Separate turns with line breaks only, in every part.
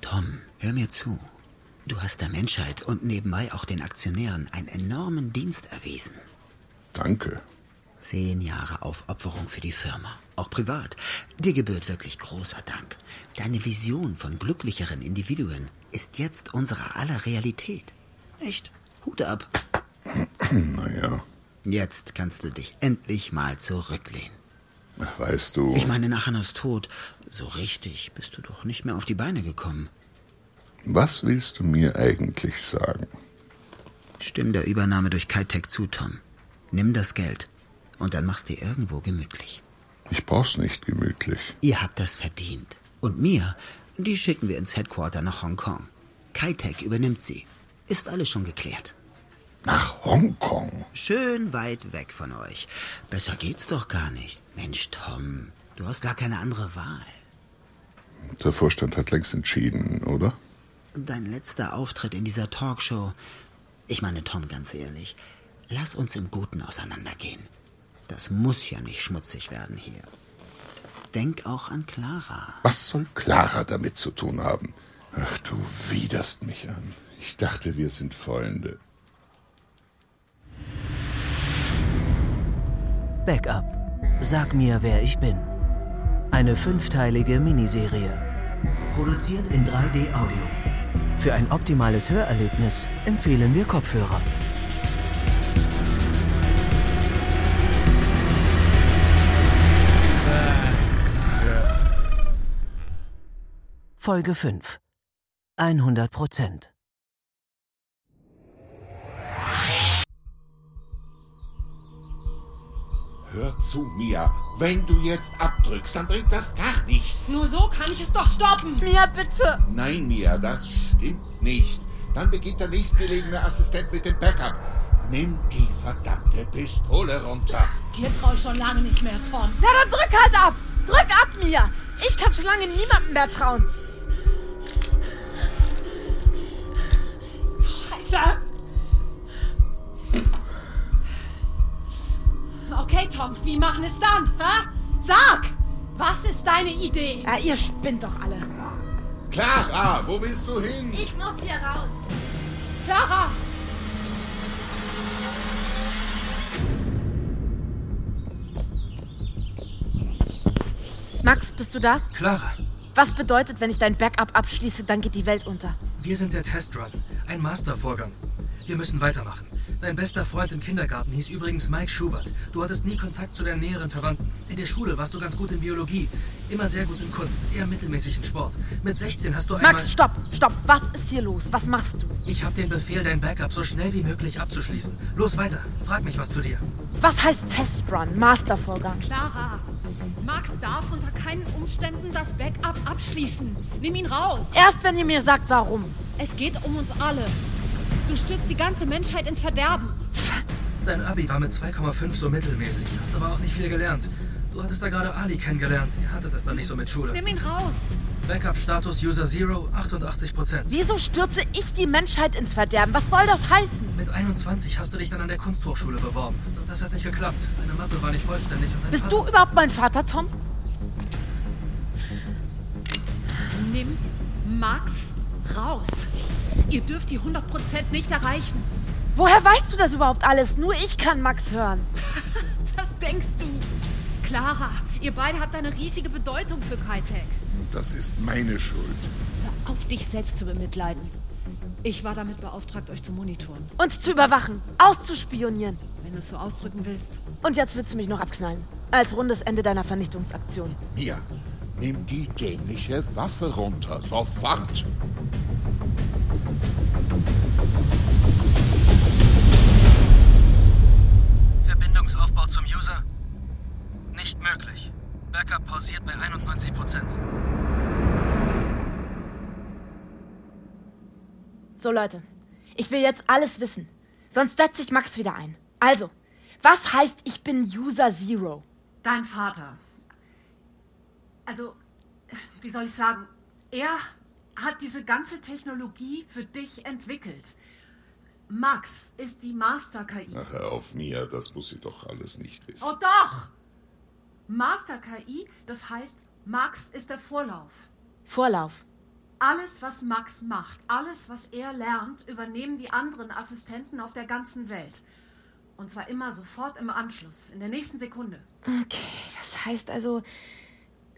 Tom, hör mir zu. Du hast der Menschheit und nebenbei auch den Aktionären einen enormen Dienst erwiesen.
Danke.
Zehn Jahre Aufopferung für die Firma, auch privat. Dir gebührt wirklich großer Dank. Deine Vision von glücklicheren Individuen ist jetzt unsere aller Realität. Echt? Hut ab.
Naja,
Jetzt kannst du dich endlich mal zurücklehnen.
weißt du,
Ich meine, nach Annas Tod, so richtig bist du doch nicht mehr auf die Beine gekommen.
was willst du mir eigentlich sagen?
Stimm der Übernahme durch Kitec zu, Tom. Nimm das Geld und dann mach's dir irgendwo gemütlich.
Ich brauch's nicht gemütlich.
Ihr habt das verdient. Und mir, die schicken wir ins Headquarter nach Hongkong. Kitec übernimmt sie. Ist alles schon geklärt.
Nach Hongkong?
Schön weit weg von euch. Besser geht's doch gar nicht. Mensch, Tom, du hast gar keine andere Wahl.
Der Vorstand hat längst entschieden, oder?
Dein letzter Auftritt in dieser Talkshow. Ich meine, Tom, ganz ehrlich, lass uns im Guten auseinandergehen. Das muss ja nicht schmutzig werden hier. Denk auch an Clara.
Was soll Clara damit zu tun haben? Ach, du widerst mich an. Ich dachte, wir sind Freunde.
Backup. Sag mir, wer ich bin. Eine fünfteilige Miniserie. Produziert in 3D Audio. Für ein optimales Hörerlebnis empfehlen wir Kopfhörer. Folge 5. 100%.
Hör zu mir. Wenn du jetzt abdrückst, dann bringt das gar nichts.
Nur so kann ich es doch stoppen.
Mia, bitte!
Nein, Mia, das stimmt nicht. Dann beginnt der nächstgelegene Assistent mit dem Backup. Nimm die verdammte Pistole runter.
Dir trau ich schon lange nicht mehr, Tom.
Na dann drück halt ab! Drück ab, Mia! Ich kann schon lange niemandem mehr trauen.
Scheiße. Okay, Tom, wie machen es dann? Hä? Sag, was ist deine Idee?
Ja, ihr spinnt doch alle.
Clara, Ah, wo willst du hin?
Ich muss hier raus.
Clara!
Max, bist du da?
Clara,
Was bedeutet, wenn ich dein Backup abschließe, dann geht die Welt unter?
wir sind der Testrun, ein Mastervorgang. Wir müssen weitermachen. Dein bester Freund im Kindergarten hieß übrigens Mike Schubert. Du hattest nie Kontakt zu deinen näheren Verwandten. In der Schule warst du ganz gut in Biologie, immer sehr gut in Kunst, eher mittelmäßig in Sport. Mit 16 hast du einmal...
Max, stopp, stopp. Was ist hier los? Was machst du?
Ich habe den Befehl, dein Backup so schnell wie möglich abzuschließen. Los weiter, frag mich was zu dir.
Was heißt Testrun? Mastervorgang.
Clara, Max darf unter keinen Umständen das Backup abschließen. Nimm ihn raus.
Erst wenn ihr mir sagt, warum.
Es geht um uns alle. Du stürzt die ganze Menschheit ins Verderben.
Dein Abi war mit 2,5 so mittelmäßig, hast aber auch nicht viel gelernt. Du hattest da gerade Ali kennengelernt, ihr hattet es dann nicht so mit Schule.
Nimm ihn raus.
Backup-Status User Zero, 88%.
Wieso stürze ich die Menschheit ins Verderben? Was soll das heißen?
Mit 21 hast du dich dann an der Kunsthochschule beworben. Und das hat nicht geklappt. Deine Mappe war nicht vollständig und dein
Bist
Vater...
du überhaupt mein Vater, Tom?
Nimm Max raus. Ihr dürft die 100% nicht erreichen.
Woher weißt du das überhaupt alles? Nur ich kann Max hören.
Das denkst du. Clara, ihr beide habt eine riesige Bedeutung für Kitec.
Das ist meine Schuld.
Hör auf, dich selbst zu bemitleiden. Ich war damit beauftragt, euch zu monitoren,
Uns zu überwachen, auszuspionieren.
wenn du es so ausdrücken willst.
Und jetzt willst du mich noch abknallen. Als rundes Ende deiner Vernichtungsaktion.
Hier, nimm die dämliche Waffe runter. Sofort.
Verbindungsaufbau zum User? Nicht möglich. Backup pausiert bei 91%.
So, Leute. Ich will jetzt alles wissen. Sonst setze ich Max wieder ein. Also, was heißt, ich bin User Zero?
Dein Vater. Also, wie soll ich sagen? Er hat diese ganze Technologie für dich entwickelt. Max ist die Master-KI.
Ach, hör auf mir, das muss sie doch alles nicht wissen.
Oh doch! Master-KI, das heißt, Max ist der Vorlauf.
Vorlauf.
Alles, was Max macht, alles, was er lernt, übernehmen die anderen Assistenten auf der ganzen Welt. Und zwar immer sofort im Anschluss, in der nächsten Sekunde.
Okay, das heißt also,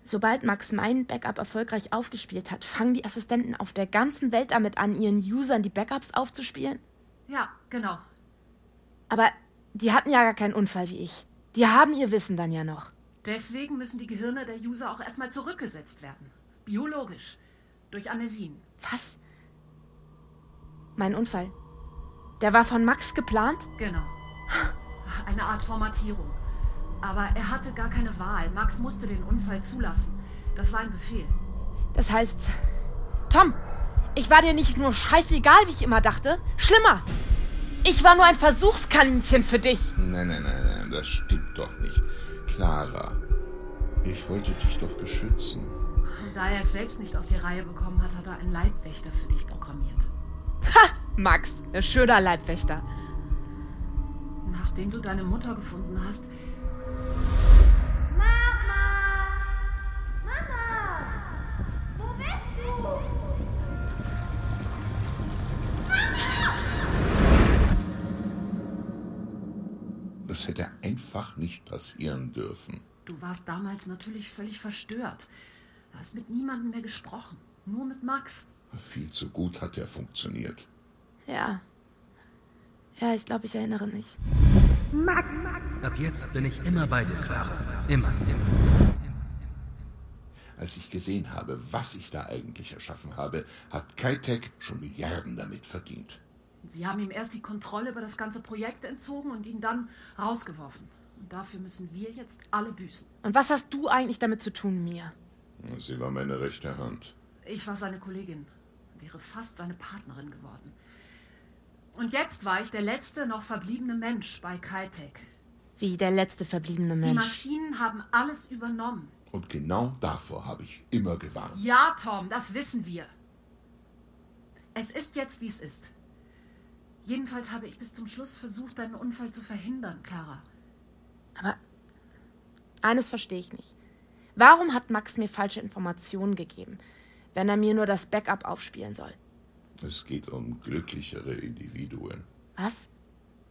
sobald Max mein Backup erfolgreich aufgespielt hat, fangen die Assistenten auf der ganzen Welt damit an, ihren Usern die Backups aufzuspielen?
Ja, genau.
Aber die hatten ja gar keinen Unfall wie ich. Die haben ihr Wissen dann ja noch.
Deswegen müssen die Gehirne der User auch erstmal zurückgesetzt werden. Biologisch. Durch Amnesien.
Was? Mein Unfall. Der war von Max geplant?
Genau. Eine Art Formatierung. Aber er hatte gar keine Wahl. Max musste den Unfall zulassen. Das war ein Befehl.
Das heißt, Tom, ich war dir nicht nur scheißegal, wie ich immer dachte. Schlimmer. Ich war nur ein Versuchskaninchen für dich.
Nein, nein, nein, nein, das stimmt doch nicht. Clara, ich wollte dich doch beschützen.
Und da er es selbst nicht auf die Reihe bekommen hat, hat er einen Leibwächter für dich programmiert.
Ha, Max, ein schöner Leibwächter.
Nachdem du deine Mutter gefunden hast,
Das hätte einfach nicht passieren dürfen.
du warst damals natürlich völlig verstört. Du hast mit niemandem mehr gesprochen. Nur mit Max.
Viel zu gut hat er funktioniert.
Ja. Ja, ich glaube, ich erinnere mich.
Ab jetzt bin ich immer bei dir, Clara. Immer, immer.
Als ich gesehen habe, was ich da eigentlich erschaffen habe, hat Kitec schon Milliarden damit verdient.
Sie haben ihm erst die Kontrolle über das ganze Projekt entzogen und ihn dann rausgeworfen. Und dafür müssen wir jetzt alle büßen.
Und was hast du eigentlich damit zu tun, Mia?
Sie war meine rechte Hand.
Ich war seine Kollegin, wäre fast seine Partnerin geworden. Und jetzt war ich der letzte noch verbliebene Mensch bei Kitec.
Wie der letzte verbliebene
Die
Mensch.
Maschinen haben alles übernommen.
Und genau davor habe ich immer gewarnt.
Ja, Tom, das wissen wir. Es ist jetzt, wie es ist. Jedenfalls habe ich bis zum Schluss versucht, deinen Unfall zu verhindern, Clara.
Aber eines verstehe ich nicht. Warum hat Max mir falsche Informationen gegeben, wenn er mir nur das Backup aufspielen soll?
Es geht um glücklichere Individuen.
Was?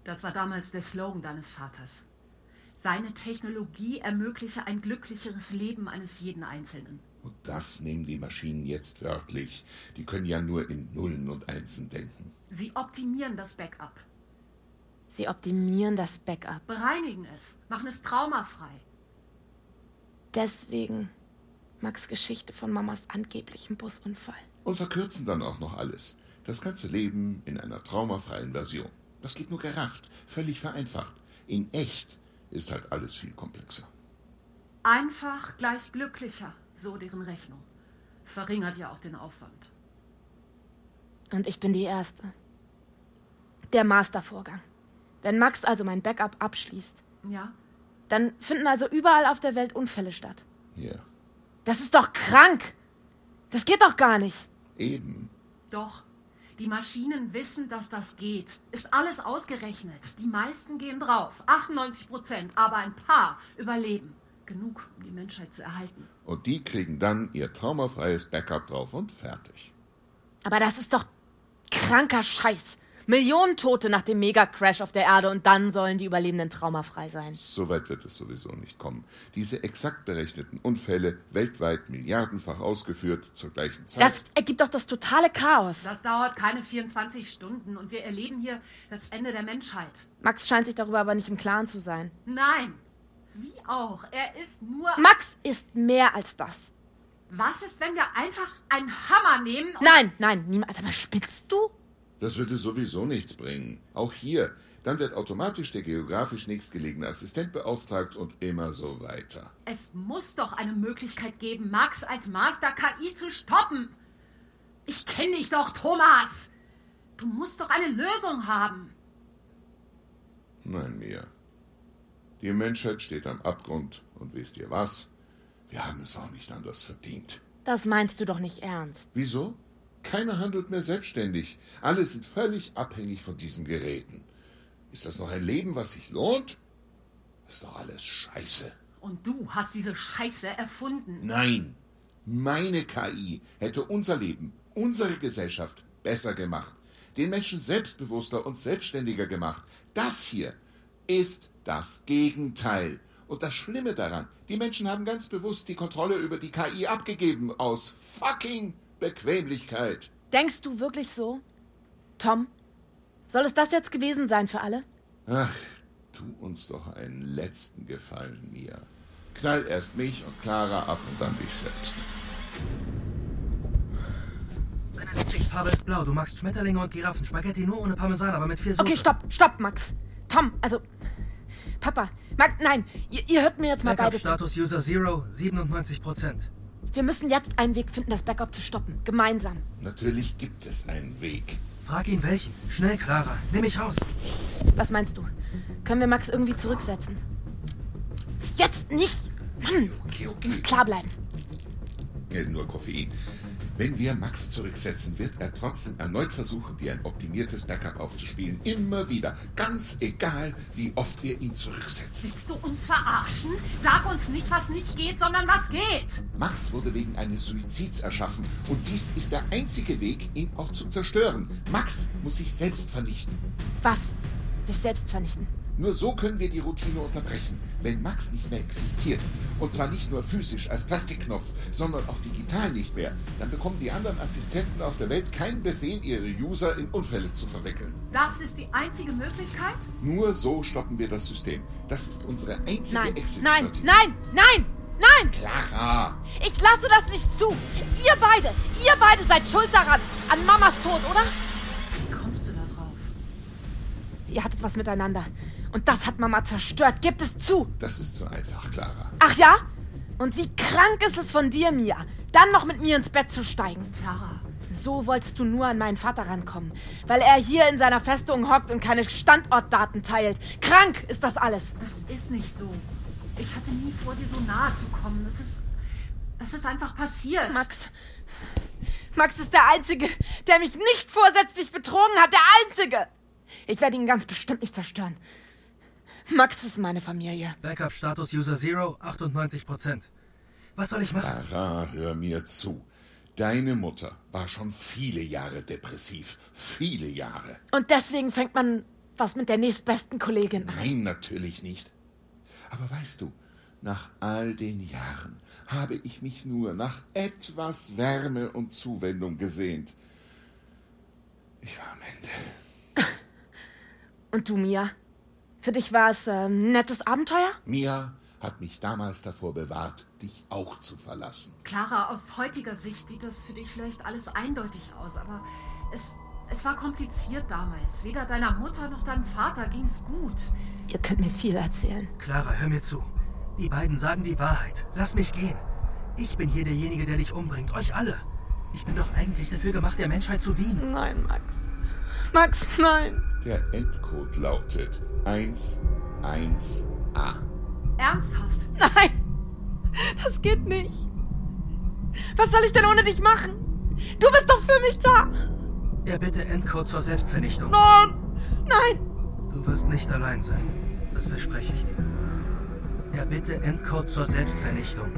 Das war damals der Slogan deines Vaters. Seine Technologie ermögliche ein glücklicheres Leben eines jeden Einzelnen.
Und das nehmen die Maschinen jetzt wörtlich. Die können ja nur in Nullen und Einsen denken.
Sie optimieren das Backup,
Sie optimieren das Backup.
bereinigen es, machen es traumafrei.
Deswegen Max Geschichte von Mamas angeblichem Busunfall.
Und verkürzen dann auch noch alles. Das ganze Leben in einer traumafreien Version. Das geht nur gerafft, völlig vereinfacht. In echt ist halt alles viel komplexer.
Einfach gleich glücklicher, so deren Rechnung. Verringert ja auch den Aufwand.
Und ich bin die Erste. Der Mastervorgang. Wenn Max also mein Backup abschließt,
Ja,
dann finden also überall auf der Welt Unfälle statt.
Ja,
Das ist doch krank! Das geht doch gar nicht!
eben.
doch. Die Maschinen wissen, dass das geht. Ist alles ausgerechnet. Die meisten gehen drauf. 98 Prozent, aber ein paar überleben. Genug, um die Menschheit zu erhalten.
Und die kriegen dann ihr traumafreies Backup drauf und fertig.
Aber das ist doch kranker Scheiß. Millionen Tote nach dem Mega-Crash auf der Erde und dann sollen die Überlebenden traumafrei sein.
So weit wird es sowieso nicht kommen. Diese exakt berechneten Unfälle, weltweit milliardenfach ausgeführt, zur gleichen Zeit.
Das ergibt doch das totale Chaos.
Das dauert keine 24 Stunden und wir erleben hier das Ende der Menschheit.
Max scheint sich darüber aber nicht im Klaren zu sein.
Nein. Wie auch. Er ist nur.
Max ist mehr als das.
Was ist, wenn wir einfach einen Hammer nehmen und.
Nein, nein, niemals. Aber spinnst du?
Das würde sowieso nichts bringen. Auch hier. Dann wird automatisch der geografisch nächstgelegene Assistent beauftragt und immer so weiter.
Es muss doch eine Möglichkeit geben, Max als Master KI zu stoppen. Ich kenne dich doch, Thomas. Du musst doch eine Lösung haben.
Nein, Mia. Die Menschheit steht am Abgrund und wisst ihr was? Wir haben es auch nicht anders verdient.
Das meinst du doch nicht ernst.
Wieso? Keiner handelt mehr selbstständig. Alle sind völlig abhängig von diesen Geräten. Ist das noch ein Leben, was sich lohnt? Ist doch alles Scheiße.
Und du hast diese Scheiße erfunden.
Nein, Meine KI hätte unser Leben, unsere Gesellschaft besser gemacht, den Menschen selbstbewusster und selbstständiger gemacht. Das hier ist das Gegenteil. Und das Schlimme daran, die Menschen haben ganz bewusst die Kontrolle über die KI abgegeben aus fucking Bequemlichkeit.
Denkst du wirklich so? Tom, soll es das jetzt gewesen sein für alle?
Ach, tu uns doch einen letzten Gefallen, Mia. Knall erst mich und Clara ab und dann dich selbst.
Deine Lieblingsfarbe ist blau. Du magst Schmetterlinge und Giraffen. Spaghetti nur ohne Parmesan, aber mit viel Soße.
Okay, stopp, stopp, Max. Tom, also. Papa, Max, nein, ihr, ihr hört mir jetzt mal beide zu.
Backup-Status User Zero, 97%.
Wir müssen jetzt einen Weg finden, das Backup zu stoppen. Gemeinsam.
Natürlich gibt es einen Weg.
Frag ihn welchen. Schnell, Clara. Nimm mich raus.
Was meinst du? Können wir Max irgendwie zurücksetzen? Jetzt nicht! Mann,
Okay,
du musst
okay.
klar bleiben.
Äh, Nur Koffein. Wenn wir Max zurücksetzen, wird er trotzdem erneut versuchen, dir ein optimiertes Backup aufzuspielen. Immer wieder. Ganz egal, wie oft wir ihn zurücksetzen.
Willst du uns verarschen? Sag uns nicht, was nicht geht, sondern was geht.
Max wurde wegen eines Suizids erschaffen und dies ist der einzige Weg, ihn auch zu zerstören. Max muss sich selbst vernichten.
Was? Sich selbst vernichten.
Nur so können wir die Routine unterbrechen, wenn Max nicht mehr existiert. Und zwar nicht nur physisch als Plastikknopf, sondern auch digital nicht mehr. Dann bekommen die anderen Assistenten auf der Welt keinen Befehl, ihre User in Unfälle zu verwickeln.
Das ist die einzige Möglichkeit?
Nur so stoppen wir das System. Das ist unsere einzige
Nein, nein,
Exit-Strategie.
nein, nein, nein!
Clara!
Ich lasse das nicht zu! Ihr beide, ihr beide seid schuld daran! An Mamas Tod, oder?
Wie kommst du da drauf?
Ihr hattet was miteinander. Und das hat Mama zerstört. Gebt es zu!
Das ist zu einfach, Clara.
Ach ja? Und wie krank ist es von dir, Mia, dann noch mit mir ins Bett zu steigen?
Clara,
So wolltest du nur an meinen Vater rankommen, weil er hier in seiner Festung hockt und keine Standortdaten teilt. Krank ist das alles.
das ist nicht so. Ich hatte nie vor, dir so nahe zu kommen. Das ist. Das ist einfach passiert.
Max. Max ist der Einzige, der mich nicht vorsätzlich betrogen hat. Der Einzige. Ich werde ihn ganz bestimmt nicht zerstören. Max ist meine Familie.
Backup-Status User Zero, 98%. Was soll ich machen?
Clara, hör mir zu. Deine Mutter war schon viele Jahre depressiv. Viele Jahre.
Und deswegen fängt man was mit der nächstbesten Kollegin an.
Nein, natürlich nicht. Aber weißt du, nach all den Jahren habe ich mich nur nach etwas Wärme und Zuwendung gesehnt. Ich war am Ende.
Und du, Mia? Für dich war es äh, ein nettes Abenteuer?
Mia hat mich damals davor bewahrt, dich auch zu verlassen.
Clara, aus heutiger Sicht sieht das für dich vielleicht alles eindeutig aus, aber es, es war kompliziert damals. Weder deiner Mutter noch deinem Vater ging es gut.
Ihr könnt mir viel erzählen.
Clara, hör mir zu. Die beiden sagen die Wahrheit. Lass mich gehen. Ich bin hier derjenige, der dich umbringt. Euch alle. Ich bin doch eigentlich dafür gemacht, der Menschheit zu dienen.
Nein, Max. Max, nein.
Der Endcode lautet 11a.
Ernsthaft.
Nein, das geht nicht. Was soll ich denn ohne dich machen? Du bist doch für mich da.
Er bitte Endcode zur Selbstvernichtung.
Nein, nein,
Du wirst nicht allein sein. Das verspreche ich dir. Er bitte Endcode zur Selbstvernichtung.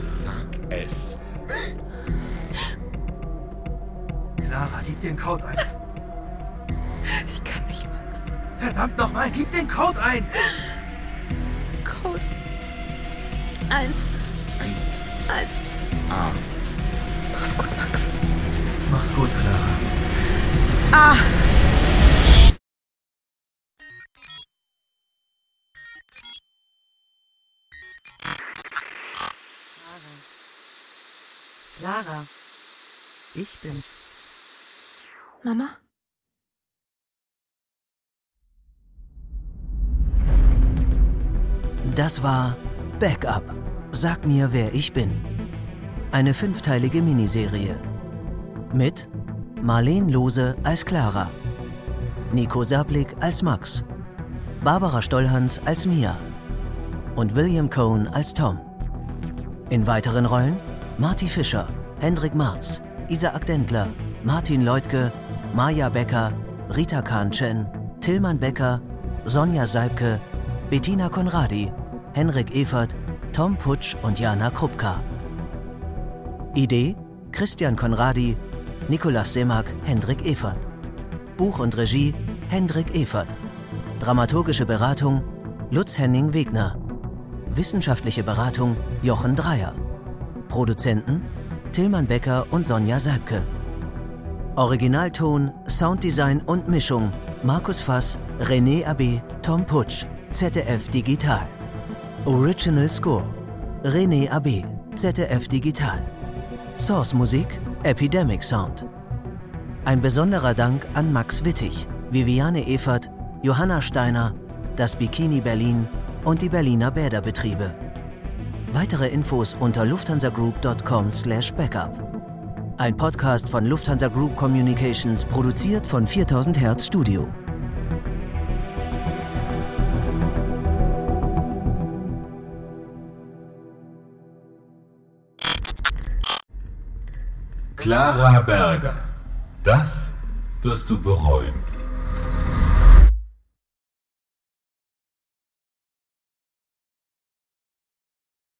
Sag es.
Clara, gib den Code ein.
ich kann nicht, Max.
Verdammt nochmal, gib den Code ein!
Code. Eins,
1a.
eins. Mach's gut, Max.
Mach's gut, Clara.
Ah.
Clara. Ich bin's.
Mama?
Das war Backup. Sag mir, wer ich bin. Eine fünfteilige Miniserie. Mit Marleen Lose als Clara, Nico Sablik als Max, Barbara Stollhans als Mia und William Cohn als Tom. In weiteren Rollen Marty Fischer, Hendrik Marz, Isaac Dendler, Martin Leutke, Maja Becker, Rita Kahnchen, Tillmann Becker, Sonja Seibke, Bettina Konradi, Henrik Evert, Tom Putsch und Jana Krupka. Idee Christian Konradi, Nikolaus Semak, Hendrik Evert. Buch und Regie Hendrik Evert. Dramaturgische Beratung Lutz Henning Wegner. Wissenschaftliche Beratung Jochen Dreier. Produzenten Tillmann Becker und Sonja Salbke. Originalton, Sounddesign und Mischung Markus Fass, René Abbé, Tom Putsch, ZDF Digital. Original Score René Abbé, ZDF Digital. Source Musik Epidemic Sound. Ein besonderer Dank an Max Wittig, Viviane Evert, Johanna Steiner, das Bikini Berlin und die Berliner Bäderbetriebe. Weitere Infos unter lufthansagroup.com/backup. Ein Podcast von Lufthansa Group Communications, produziert von 4000 Hertz Studio.
Clara Berger. Das wirst du bereuen.